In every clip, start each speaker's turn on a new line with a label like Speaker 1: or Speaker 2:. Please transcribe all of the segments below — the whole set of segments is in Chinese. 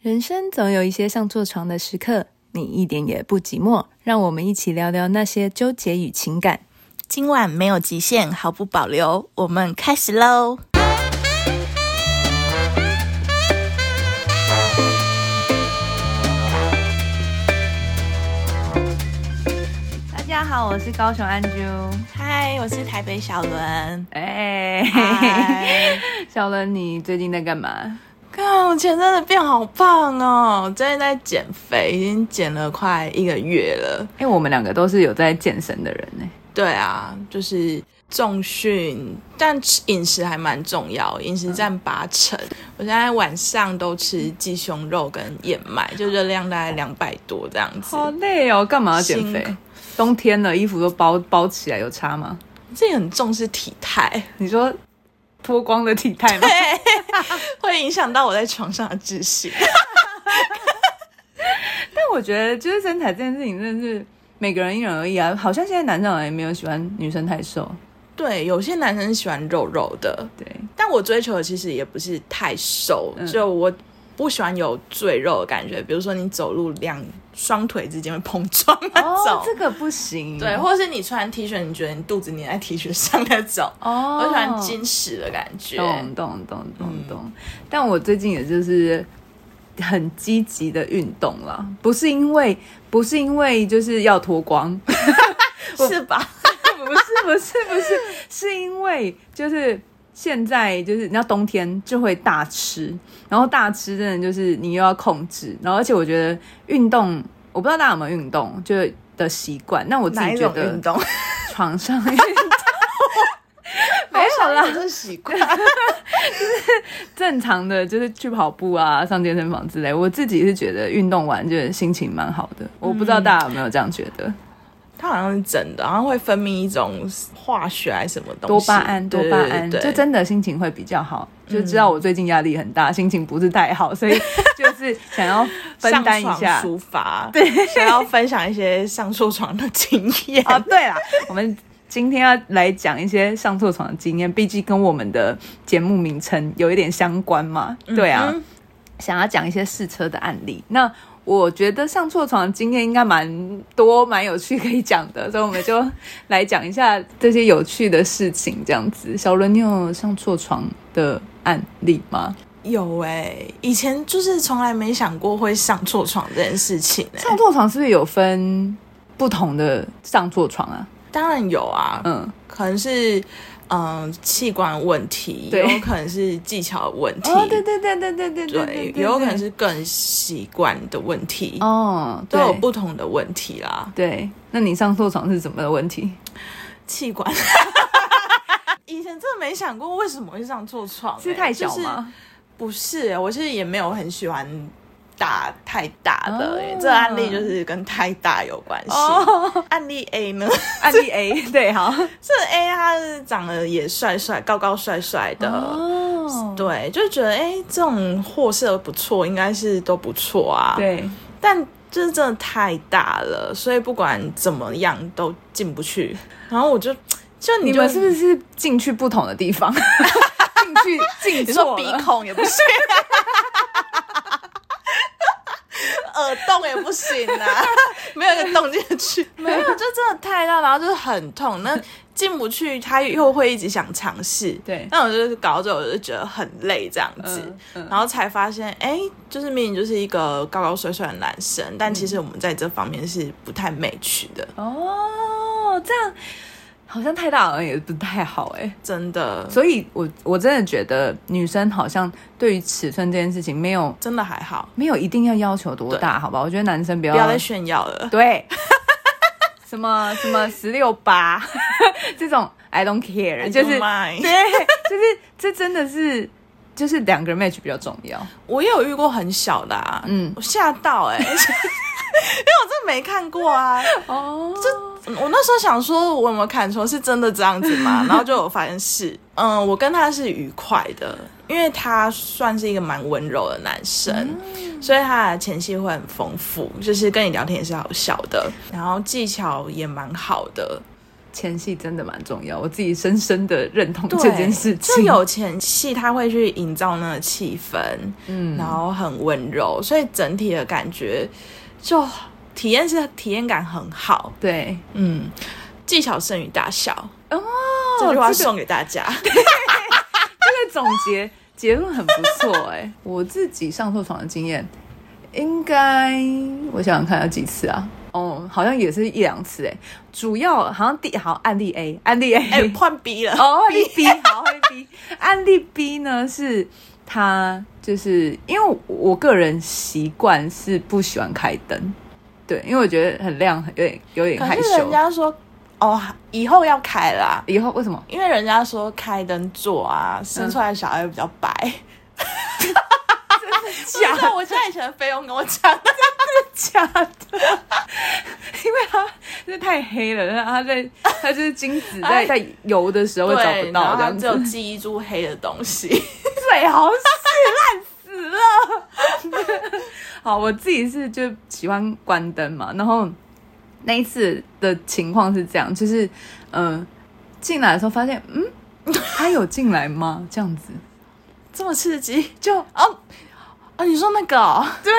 Speaker 1: 人生总有一些像坐床的时刻，你一点也不寂寞。让我们一起聊聊那些纠结与情感。
Speaker 2: 今晚没有极限，毫不保留，我们开始喽！
Speaker 1: 大家好，我是高雄安啾。
Speaker 2: 嗨，我是台北小伦。
Speaker 1: 哎、
Speaker 2: 嗨，
Speaker 1: 小伦，你最近在干嘛？
Speaker 2: 看我前阵子变好胖哦，最近在减肥，已经减了快一个月了。
Speaker 1: 哎、我们两个都是有在健身的人呢、
Speaker 2: 对啊，就是重训，但吃饮食还蛮重要，饮食占八成。我现在晚上都吃鸡胸肉跟燕麦，就热量大概两百多这样子。
Speaker 1: 好累哦，干嘛要减
Speaker 2: 辛
Speaker 1: 肥？冬天了，衣服都包包起来，有差吗？
Speaker 2: 自己很重视体 态，
Speaker 1: 你说脱光的体态吗？
Speaker 2: 会影响到我在床上的自信。
Speaker 1: 但我觉得就是身材这件事情，真的是每个人因人而异啊。好像现在男生好像也没有喜欢女生太瘦，
Speaker 2: 对，有些男生喜欢肉肉的，
Speaker 1: 对。
Speaker 2: 但我追求的其实也不是太瘦，
Speaker 1: 嗯
Speaker 2: 就我不喜欢有赘肉的感觉，比如说你走路两双腿之间会碰撞那种。
Speaker 1: 哦，这嗯个不行。
Speaker 2: 对，或者是你穿 T 恤，你觉得你肚子粘在 T 恤上那种，
Speaker 1: 哦，
Speaker 2: 我喜欢嗯矜持的感觉。
Speaker 1: 懂懂懂懂懂。但我最近也就是很积极的运动啦，不是因为不是因为就是要脱光，
Speaker 2: 是吧？
Speaker 1: 不是不是不是，是因为就是。现在就是你知道冬天就会大吃，然后大吃真的就是你又要控制，然后而且我觉得运动，我不知道大家有没有运动就是的习惯，那我自
Speaker 2: 哪
Speaker 1: 己
Speaker 2: 一
Speaker 1: 觉
Speaker 2: 种
Speaker 1: 得
Speaker 2: 运 动？
Speaker 1: 床上运动 没有啦，
Speaker 2: 就是习惯。
Speaker 1: 正常的就是去跑步啊，上健身房之类。我自己是觉得运动完就是心情蛮好
Speaker 2: 嗯
Speaker 1: 的，我不知道大家有没有这样觉得？
Speaker 2: 哦它好像是真的，然后会分泌一种化学还是什么东
Speaker 1: 多
Speaker 2: 西？
Speaker 1: 巴胺，多
Speaker 2: 对嗯
Speaker 1: 巴胺，
Speaker 2: 对
Speaker 1: 就
Speaker 2: 对对
Speaker 1: 真的心情会比较好。就知道我最近压力很大，心情不是太好，所以就是想要分担一
Speaker 2: 上
Speaker 1: 下
Speaker 2: 床。 抒发，对，想要分享一些上错床的经验。
Speaker 1: 啊，对啦，我们今天要来讲一些上错床的经验，毕竟跟我们的节目名称有一点相关嘛。对啊，
Speaker 2: 嗯
Speaker 1: 想要讲一些试车的案例。那我觉得上错床的经验应该蛮多、蛮有趣可以讲的，所以我们就来讲一下这些有趣的事情，这样子。小伦，你有上错床的案例吗？
Speaker 2: 有哎、以前就是从来没想过会上错床这件事情哎、
Speaker 1: 上错床是不是有分不同的上错床啊？
Speaker 2: 当然有啊，
Speaker 1: 嗯，
Speaker 2: 可能是嗯器官问题，也
Speaker 1: 对
Speaker 2: 有可能是技巧问题，
Speaker 1: 哦，对对对对对对
Speaker 2: 对也有可能
Speaker 1: 对
Speaker 2: 是个人习惯的问题，
Speaker 1: 哦，
Speaker 2: 都
Speaker 1: 对
Speaker 2: 有不同的问题啦。
Speaker 1: 对，那你上错床是怎么的问题？
Speaker 2: 器官。 以前真的没想过为什么会上错床、欸，
Speaker 1: 是太小
Speaker 2: 就是
Speaker 1: 吗？
Speaker 2: 不是、欸，我其实也没有很喜欢打太大的、欸
Speaker 1: 哦
Speaker 2: 这案例就是跟太大有关系。
Speaker 1: 哦，
Speaker 2: 案例 A 呢，
Speaker 1: 案例 A 对， 好
Speaker 2: 这 A 他是长得也帅帅、高高帅帅的。
Speaker 1: 哦，
Speaker 2: 对，就觉得哎、欸这种货色不错，应该是都不错啊。，
Speaker 1: 对，
Speaker 2: 但就是真的太大了，所以不管怎么样都进不去。然后我就，就
Speaker 1: 你
Speaker 2: 就
Speaker 1: 们是不是进去不同的地方？ 进去进
Speaker 2: 你
Speaker 1: 错
Speaker 2: 说鼻
Speaker 1: 了，
Speaker 2: 孔也不行， 耳洞也不行啊， 没有一个洞进去，没有，就真的太大，然后就是很痛，那进不去，他又会一直想尝试，
Speaker 1: 对
Speaker 2: 那我就是搞着，我就觉得很累这样子。
Speaker 1: 嗯嗯
Speaker 2: 然后才发现，哎、就是明明就是一个高高帅帅的男生，但其实我们在这方面是不太 match 的，
Speaker 1: 哦，这样好像太大了也不太好哎、
Speaker 2: 真的，
Speaker 1: 所以我我真的觉得女生好像对于尺寸这件事情没有
Speaker 2: 真的还好，
Speaker 1: 没有一定要要求多大，好吧？我觉得男生不要
Speaker 2: 不要再炫耀了。
Speaker 1: 对， 什么什么十六八 这种 I don't care，就是
Speaker 2: I don't mind
Speaker 1: 对，就是这真的是就是两个人 match 比较重要。
Speaker 2: 我也有遇过很小的、啊，
Speaker 1: 嗯
Speaker 2: 嗯，我吓到哎、欸，因为我真的没看过啊。
Speaker 1: 哦，这
Speaker 2: 我那时候想说，我有没有看错，是真的这样子吗？然后就有发现是，嗯，我跟他是愉快的，因为他算是一个蛮温柔的男生，所以他的前戏会很丰富，就是跟你聊天也是好笑的，然后技巧也蛮好的。
Speaker 1: 前戏真的蛮重要，我自己深深的认同
Speaker 2: 对
Speaker 1: 这件事情。
Speaker 2: 就有前戏，他会去营造那个气氛，
Speaker 1: 嗯
Speaker 2: 然后很温柔，所以整体的感觉就体验是体验感很好。
Speaker 1: 对，
Speaker 2: 嗯，技巧胜于大小，
Speaker 1: 哦，
Speaker 2: 这句话
Speaker 1: 个
Speaker 2: 送给大家。
Speaker 1: 这个总结结论很不错哎、 我自己上错床的经验，应该我想想看有几次啊？哦，好像也是一两次哎、主要好像第好案例 A，案例 A，、
Speaker 2: 哎，换 B 了。
Speaker 1: 哦，案例 B，好，案 例 B，案例 B 呢是他就是因为我个人习惯是不喜欢开灯，对，因为我觉得很亮，有点有点害
Speaker 2: 可是人
Speaker 1: 羞。
Speaker 2: 家说，哦，以后要开啦，
Speaker 1: 以后为什么？
Speaker 2: 因为人家说开灯做啊，生出来的小孩会比较 白。
Speaker 1: 假
Speaker 2: 不是我记得以前菲佣跟我讲，
Speaker 1: 假的，因为他是太黑了，然后他在 他就是精子在啊在游的时候会找不
Speaker 2: 对，然
Speaker 1: 到
Speaker 2: 后
Speaker 1: 这
Speaker 2: 他
Speaker 1: 样
Speaker 2: 只有
Speaker 1: 子，
Speaker 2: 记忆住黑的东 西。
Speaker 1: 最好是烂死了。 好，我自己是就喜欢关灯嘛，然后那一次的情况是这样，就是嗯、呃进来的时候发现， 嗯，他有进来吗？这样子
Speaker 2: 这么刺激
Speaker 1: 就
Speaker 2: 哦哦！你说那个、哦，
Speaker 1: 对，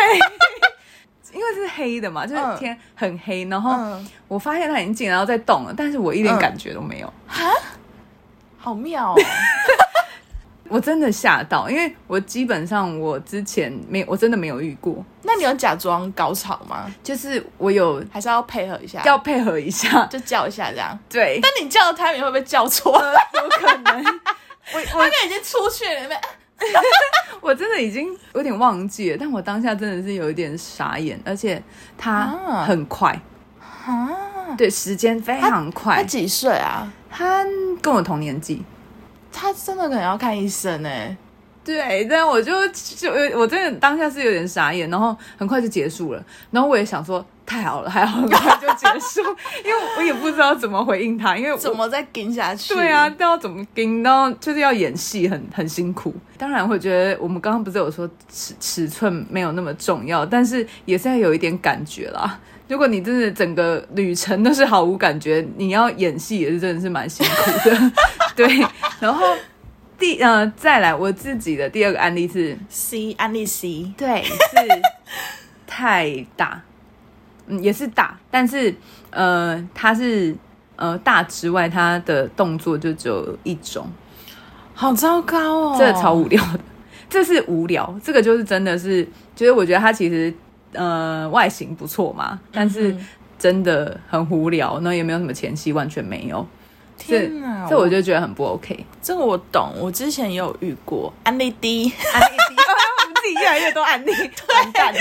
Speaker 1: 因为是黑的嘛，就是
Speaker 2: 嗯
Speaker 1: 天很黑，然后。
Speaker 2: 嗯，
Speaker 1: 我发现他已经进来，然后在动了，但是我一点感觉都没有，
Speaker 2: 好妙哦！
Speaker 1: 我真的吓到，因为我基本上我之前没有，我真的没有遇过，
Speaker 2: 那你有假装高潮吗？
Speaker 1: 就是我有
Speaker 2: 还是要配合一下？
Speaker 1: 要配合一下，
Speaker 2: 就叫一下这样？
Speaker 1: 对，
Speaker 2: 但你叫他，你会不会叫 错？
Speaker 1: 呃有可 能，我
Speaker 2: 他们已经出去了，你们
Speaker 1: 我我真的已经有点忘记了，但我当下真的是有一点傻眼，而且他
Speaker 2: 啊
Speaker 1: 很快，
Speaker 2: 啊？
Speaker 1: 对，时间非常
Speaker 2: 他
Speaker 1: 快，
Speaker 2: 几岁啊？
Speaker 1: 他跟我同年纪。
Speaker 2: 他真的可能要看医生哎、
Speaker 1: 对，但我就就我真的当下是有点傻眼，然后很快就结束了，然后我也想说太好了，还好很快就结束， 因为我也不知道怎么回应他，因为我
Speaker 2: 怎么再跟下去？
Speaker 1: 对啊，，都要怎么跟，然后就是要演戏很很辛苦。当然，我觉得我们刚刚不是有说尺尺寸没有那么重要，但是也是要有一点感觉啦。如果你真的整个旅程都是毫无感觉，你要演戏也是真的是蛮辛苦的。对，然后第呃再来我自己的第二个案例是，
Speaker 2: C 案例 C，
Speaker 1: 对，是太大， 嗯，也是大，但是呃，它是呃大之外，它的动作就只有一种，
Speaker 2: 好糟糕哦！
Speaker 1: 这个超无聊的，这是无聊，这个就是真的是，就是我觉得它其实呃外形不错嘛，但是
Speaker 2: 嗯
Speaker 1: 真的很无聊，那也没有什么前戏，完全没有，这
Speaker 2: 天哪！
Speaker 1: 这我就觉得很不 OK。
Speaker 2: 这个我懂，我之前也有遇过案例 D，
Speaker 1: 案例哦我们自己越来越多案 例，完蛋了。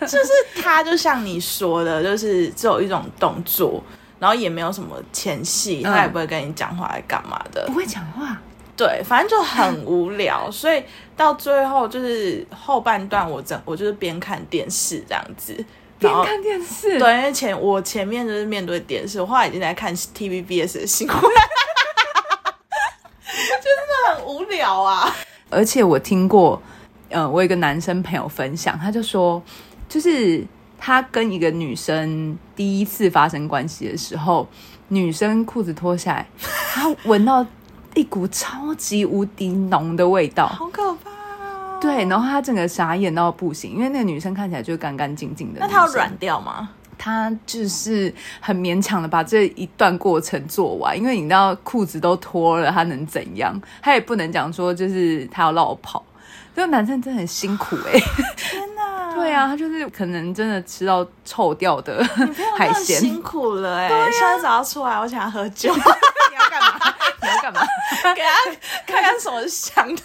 Speaker 2: 就是他就像你说的，就是只有一种动作，然后也没有什么前戏，
Speaker 1: 嗯
Speaker 2: 他也不会跟你讲话来干嘛的，
Speaker 1: 不会讲话，
Speaker 2: 对，反正就很无聊，所以到最后就是后半段我整我就是边看电视这样子，然
Speaker 1: 边
Speaker 2: 后。
Speaker 1: 看电视，
Speaker 2: 对，因为前我前面就是面对电视，我后来已经在看 TVBS 的新闻， 真的很无聊啊。
Speaker 1: 而且我听过，呃，我有一个男生朋友分享，他就说，就是他跟一个女生第一次发生关系的时候，女生裤子脱 下来，他闻到一股超级无敌浓的味道。
Speaker 2: 好可怕、哦。
Speaker 1: 对，然后他整个傻眼到不行，因为那个女生看起来就是干干净净的。
Speaker 2: 那它要软，掉吗？
Speaker 1: 他就是很勉强的把这一段过程做完，因为你知道裤子都脱了，他能怎样？他也不能讲说就是他要绕跑。这个男生真的很辛苦哎、
Speaker 2: 天 哪！
Speaker 1: 对，啊，他就是可能真的吃到臭掉的海鲜。
Speaker 2: 辛苦了哎、欸！现在早上出来，我想要喝酒，
Speaker 1: 你要干嘛？你要干嘛？
Speaker 2: 给他看看什么是香的。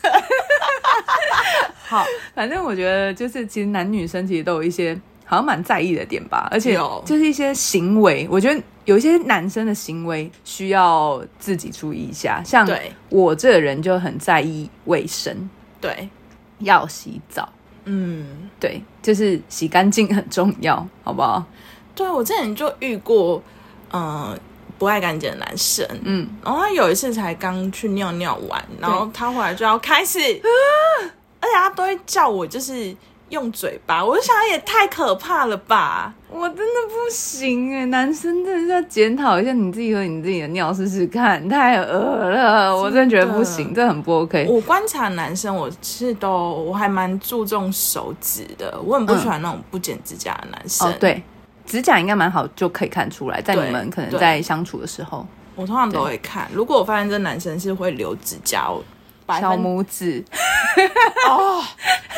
Speaker 1: 好， 反正我觉得就是，其实男女生其实都有一些好像蛮在意的点吧，而且
Speaker 2: 有
Speaker 1: 就是一些行为，我觉得有一些男生的行为需要自己注意一下。像
Speaker 2: 对
Speaker 1: 我这个人就很在意卫生，
Speaker 2: 对，
Speaker 1: 要洗澡，
Speaker 2: 嗯，
Speaker 1: 对，就是洗干净很重要，好不好？
Speaker 2: 对啊我之前就遇过，嗯、不爱干净的男生，
Speaker 1: 嗯，
Speaker 2: 然后他有一次才刚去尿
Speaker 1: 啊
Speaker 2: 尿完，然后他回来就要开始，而且他都会叫我就是。用嘴巴，我就想也太可怕了吧！
Speaker 1: 我真的不行哎，男生真的是要检讨一下你自己和你自己的尿试试看，太恶了，我真的觉得不行，这很不 OK。
Speaker 2: 我观察男生，我是都我还蛮注重手指的，我很不喜欢那种不剪指甲的男生。
Speaker 1: 嗯哦，，对，指甲应该蛮好，就可以看出来，在
Speaker 2: 对
Speaker 1: 你们可能
Speaker 2: 对
Speaker 1: 在相处的时候，
Speaker 2: 我通常都会看。如果我发现这男生是会留指甲，我百
Speaker 1: 小
Speaker 2: 分
Speaker 1: 拇指，
Speaker 2: 哦，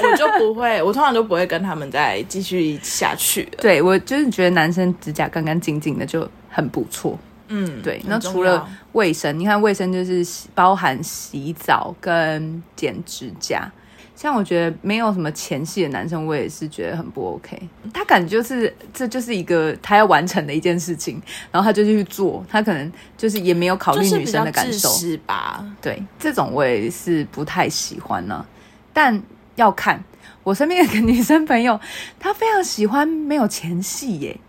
Speaker 2: 我就不会，我通常都不会跟他们再继续下去了。
Speaker 1: 对我就是觉得男生指甲干干净净的就很不错。
Speaker 2: 嗯，
Speaker 1: 对，
Speaker 2: 很
Speaker 1: 那
Speaker 2: 重
Speaker 1: 除
Speaker 2: 要
Speaker 1: 了卫生，你看卫生就是洗包含洗澡跟剪指甲。像我觉得没有什么前戏的男生，我也是觉得很不 OK。他感觉就是这就是一个他要完成的一件事情，然后他就去做，他可能就是也没有考
Speaker 2: 就
Speaker 1: 虑
Speaker 2: 是
Speaker 1: 女
Speaker 2: 比
Speaker 1: 生
Speaker 2: 较
Speaker 1: 的感
Speaker 2: 自
Speaker 1: 受。
Speaker 2: 私吧。
Speaker 1: 对，这种我也是不太喜欢呢、但要看我身边有个 女生朋友，她非常喜欢没有前戏耶，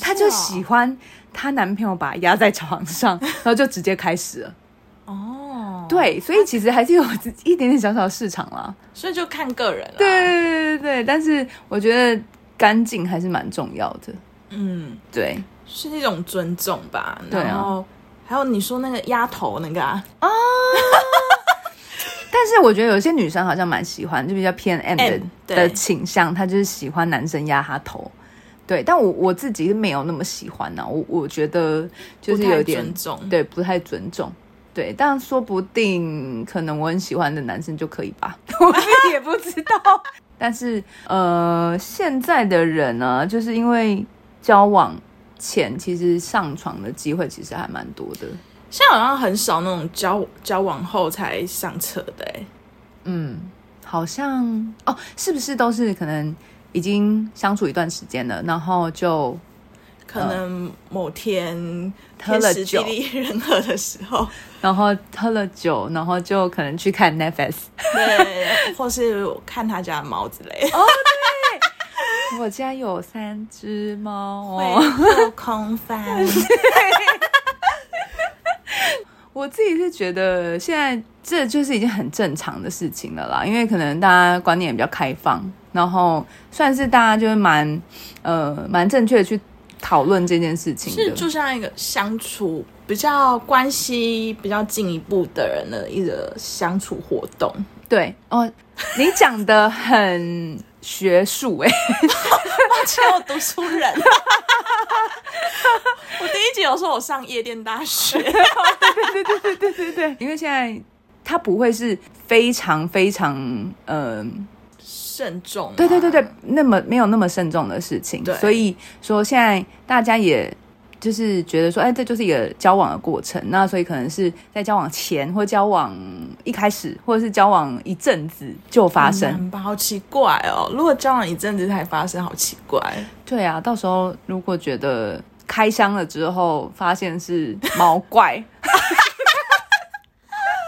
Speaker 1: 她
Speaker 2: 哦
Speaker 1: 就喜欢她男朋友把她压在床 上，然后就直接开始了。
Speaker 2: 哦，，
Speaker 1: 对，所以其实还是有一点点小小的市场啦。
Speaker 2: 所以就看个人了。
Speaker 1: 对，对对对对，但是我觉得干净还是蛮重要的。
Speaker 2: 嗯，
Speaker 1: 对，
Speaker 2: 是一种尊重吧。
Speaker 1: 对啊
Speaker 2: 然后还有你说那个压头那个啊，
Speaker 1: 但是我觉得有些女生好像蛮喜欢，就比较偏 M 的
Speaker 2: M，对
Speaker 1: 的倾向，她就是喜欢男生压她头。对，但我我自己是没有那么喜欢呐、我我觉得就是
Speaker 2: 不太
Speaker 1: 有点
Speaker 2: 尊重。
Speaker 1: 对不太尊重。对，但说不定可能我很喜欢的男生就可以吧，我自己也不知道。但是呃，现在的人呢、就是因为交往前，其实上床的机会其实还蛮多的。
Speaker 2: 现在好像很少那种交交往后才上车的、欸，
Speaker 1: 嗯，好像哦，是不是都是可能已经相处一段时间了，然后就
Speaker 2: 可能某天
Speaker 1: 嗯喝了
Speaker 2: 天时
Speaker 1: 酒
Speaker 2: 地利人和的时候，
Speaker 1: 然后喝了酒，然后就可能去看 Netflix。
Speaker 2: 对，或是我看他家的猫之类的，
Speaker 1: 我家有三只猫哦，
Speaker 2: 会后空翻。
Speaker 1: 我自己是觉得现在这就是已经很正常的事情了啦，因为可能大家观念也比较开放，然后算是大家就是蛮呃蛮正确的去讨论这件事情
Speaker 2: 是
Speaker 1: 的。
Speaker 2: 就像一个相处比较关系比较进一步的人的一个相处活动，
Speaker 1: 对哦，你讲的很学术哎、
Speaker 2: 且我读书人。 我第一集有说我上夜店大学，
Speaker 1: 因为现在它不会是非常非常呃，
Speaker 2: 慎重、啊
Speaker 1: 对对对对，，那么没有那么慎重的事情
Speaker 2: 对，
Speaker 1: 所以说现在大家也。就是觉得说，哎，这就是一个交往的过程，那所以可能是在交往前，或交往一开始，或者是交往一阵子就发生。
Speaker 2: 很难嗯吧？好奇怪哦！如果交往一阵子才发生，好奇怪。
Speaker 1: 对啊，到时候如果觉得开箱了之后发现是毛怪，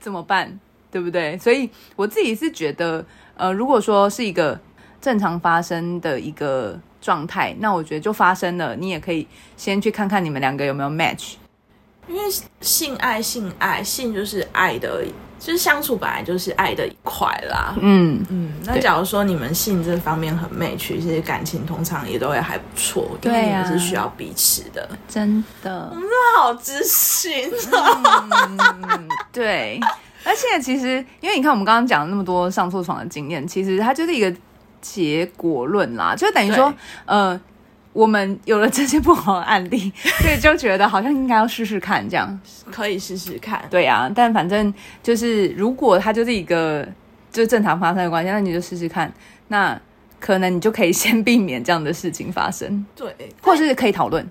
Speaker 1: 怎么办？对不对？所以我自己是觉得，呃，如果说是一个正常发生的一个状态，那我觉得就发生了，你也可以先去看看你们两个有没有 match。
Speaker 2: 因为性爱，性爱，性就是爱的，就是相处本来就是爱的一块啦。
Speaker 1: 嗯，
Speaker 2: 嗯，那
Speaker 1: 对
Speaker 2: 假如说你们性这方面很 match，其实感情通常也都会还不错，因为
Speaker 1: 对
Speaker 2: 你们
Speaker 1: 啊
Speaker 2: 是需要彼此的。
Speaker 1: 真的。
Speaker 2: 好自信
Speaker 1: 对， 而且其实，因为你看我们刚刚讲了那么多上错床的经验，其实它就是一个结果论啦，就等于说
Speaker 2: 对，
Speaker 1: 呃，我们有了这些不好的案例， 所以就觉得好像应该要试试看这样。
Speaker 2: 可以试试看。
Speaker 1: 对啊，但反正就是，如果它就是一个就是正常发生的关系，那你就试试看，那可能你就可以 先避免这样的事情发生，
Speaker 2: 对，
Speaker 1: 或是可以讨论。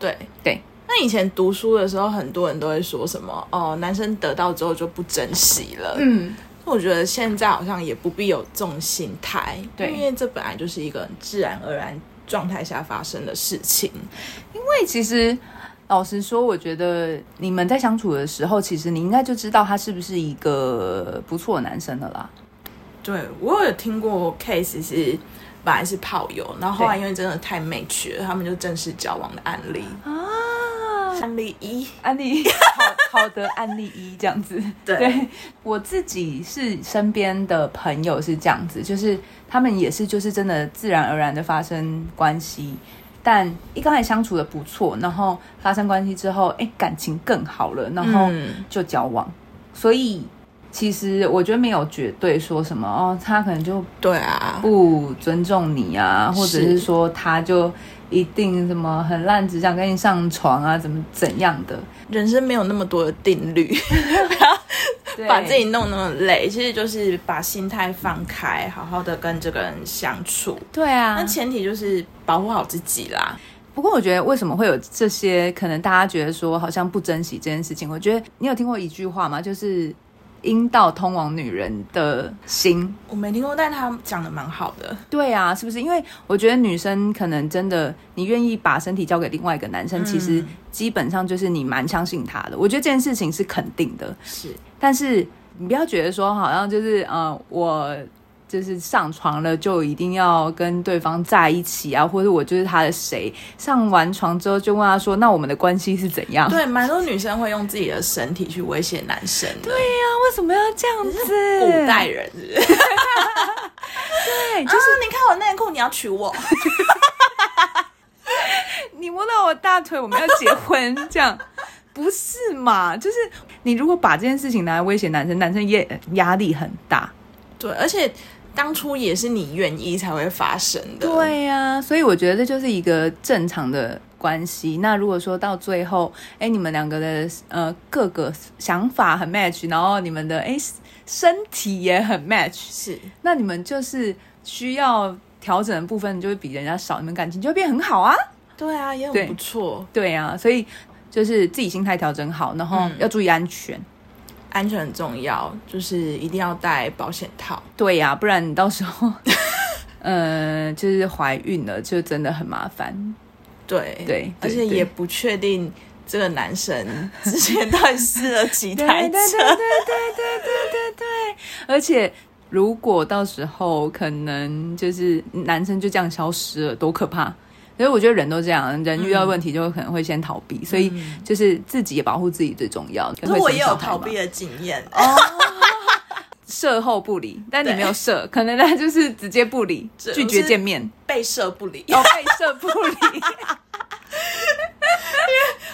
Speaker 2: 对
Speaker 1: 对。
Speaker 2: 那以前读书的时候，很多人都会说什么哦，男生得到之后就不珍惜了。
Speaker 1: 嗯，
Speaker 2: 我觉得现在好像也不必有这种心态，
Speaker 1: 对
Speaker 2: 因为这本来就是一个很自然而然状态下发生的事情。
Speaker 1: 所以哎其实老实说，我觉得你们在相处的时候，其实你应该就知道他是不是一个不错的男生了啦。
Speaker 2: 对我有听过 case 是本来是炮友，然后后来
Speaker 1: 对
Speaker 2: 因为真的太 match 了，他们就正式交往的案例。
Speaker 1: 啊，
Speaker 2: 案例一，
Speaker 1: 安利，好好的案例一这样子。
Speaker 2: 对
Speaker 1: 我自己是身边的朋友是这样子，就是他们也是就是真的自然而然的发生关系，但一刚才相处的不错，然后发生关系之后，哎，感情更好了，然后
Speaker 2: 嗯
Speaker 1: 就交往。所以其实我觉得没有绝对说什么哦，他可能就
Speaker 2: 对啊，
Speaker 1: 不尊重你啊，或者是说他就一定什么很烂，只想跟你上床啊，怎么怎样的，
Speaker 2: 人生没有那么多的定律，
Speaker 1: 对
Speaker 2: 把自己弄那么累，其实就是把心态放开，好好的跟这个人相处。
Speaker 1: 对啊
Speaker 2: 那。前提就是保护好自己啦。
Speaker 1: 不过我觉得为什么会有这些，可能大家觉得说好像不珍惜这件事情，我觉得你有听过一句话吗？就是阴道通往女人的心。
Speaker 2: 我没听过，但他讲的蛮好的。
Speaker 1: 对啊，是不是？因为我觉得女生可能真的，你愿意把身体交给另外一个男生，其实基本上就是你蛮相信他的。我觉得这件事情是肯定的，
Speaker 2: 是，
Speaker 1: 但是你不要觉得说好像就是呃，我就是上床了就一定要跟对方在一起啊，或者我就是他的谁。上完床之后就问他说，那我们的关系是怎样？
Speaker 2: 对，蛮多女生会用自己的身体去威胁男生的。对，
Speaker 1: 啊为什么要这样 子？
Speaker 2: 古代人是不是？
Speaker 1: 对，
Speaker 2: 就是、啊你看我内裤，你要娶我。
Speaker 1: 你摸到我大腿，我们要结婚这样。不是嘛？就是你如果把这件事情拿来威胁男生，男生也压力很大。
Speaker 2: 对，而且当初也是你愿意才会发生的。，
Speaker 1: 对呀、所以我觉得这就是一个正常的关系。那如果说到最后，哎，你们两个的呃各个想法很 match，然后你们的哎身体也很 match，
Speaker 2: 是
Speaker 1: 那你们就是需要调整的部分就会比人家少，你们感情就会变很好啊。
Speaker 2: 对啊，也
Speaker 1: 对
Speaker 2: 很不错，
Speaker 1: 对啊，所以就是自己心态调整好，然后
Speaker 2: 嗯
Speaker 1: 要注意安全。
Speaker 2: 安全很重要，就是一定要戴保险套。
Speaker 1: 对呀、不然你到时候。 呃，就是怀孕了，就真的很麻烦。
Speaker 2: 对
Speaker 1: 对
Speaker 2: 而且
Speaker 1: 对对
Speaker 2: 也不确定这个男生之前到底试了几
Speaker 1: 对
Speaker 2: 台
Speaker 1: 对对
Speaker 2: 车。
Speaker 1: 对对对对对对，而且如果到时候可能就是男生就这样消失了，多可怕！所以我觉得人都这样，人遇到问题就可能会先逃避，所以就是自己也保护自己最重要。
Speaker 2: 嗯可是我也有
Speaker 1: 会生小孩
Speaker 2: 逃
Speaker 1: 嘛
Speaker 2: 避的经验，
Speaker 1: 射后不理，但你
Speaker 2: 对
Speaker 1: 没有 射，可能他就是直接不理，
Speaker 2: 这
Speaker 1: 拒绝见面，
Speaker 2: 被射不理。
Speaker 1: 哦，被射不理。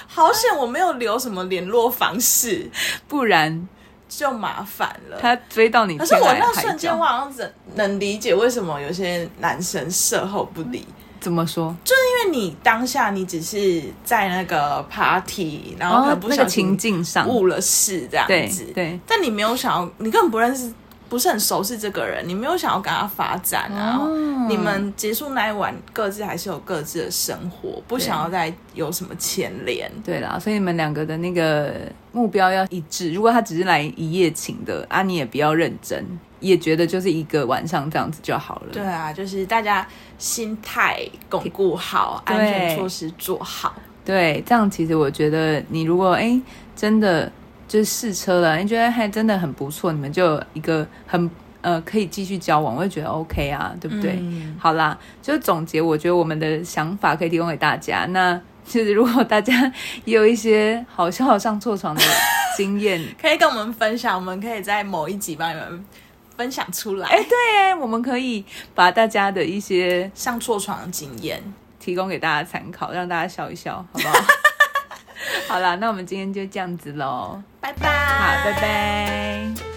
Speaker 2: 好险我没有留什么联络方式，
Speaker 1: 不然
Speaker 2: 就麻烦了。
Speaker 1: 他追到你
Speaker 2: 可是
Speaker 1: 前
Speaker 2: 我
Speaker 1: 来
Speaker 2: 那
Speaker 1: 拍
Speaker 2: 瞬间，我
Speaker 1: 照，
Speaker 2: 好像能能理解为什么有些男生事后不理，
Speaker 1: 怎么说？
Speaker 2: 因为你当下你只是在那个 party，然后可
Speaker 1: 哦
Speaker 2: 能，不
Speaker 1: 那
Speaker 2: 小
Speaker 1: 个
Speaker 2: 心
Speaker 1: 情境上，
Speaker 2: 误了事这样
Speaker 1: 对
Speaker 2: 子。
Speaker 1: 对
Speaker 2: 但你没有想要，你根本不认识，不是很熟悉这个人，你没有想要跟他发展啊。
Speaker 1: 哦
Speaker 2: 你们结束那一晚，各自还是有各自的生活，不想要再有什么牵连。
Speaker 1: 对啦，所以你们两个的那个目标要一致。如果他只是来一夜情的，啊，你也不要认真，也觉得就是一个晚上这样子就好了。
Speaker 2: 对啊，就是大家心态巩固好，
Speaker 1: 对
Speaker 2: 安全措施做好。
Speaker 1: 对，这样其实我觉得你如果哎真的就是试车了，你觉得还哎真的很不错，你们就有一个很呃可以继续交往，我就觉得 OK 啊，对不对？
Speaker 2: 嗯
Speaker 1: 好啦，就是总结，我觉得我们的想法可以提供给大家。那就是如果大家也有一些好笑的上错床的经验，
Speaker 2: 可以跟我们分享，我们可以在某一集帮你们分享出来。
Speaker 1: 哎，对耶，我们可以把大家的一些
Speaker 2: 上错床的经验，
Speaker 1: 提供给大家参考，让大家笑一笑，好不好？好啦，那我们今天就这样子喽，
Speaker 2: 拜拜，
Speaker 1: 好，
Speaker 2: 拜
Speaker 1: 拜拜。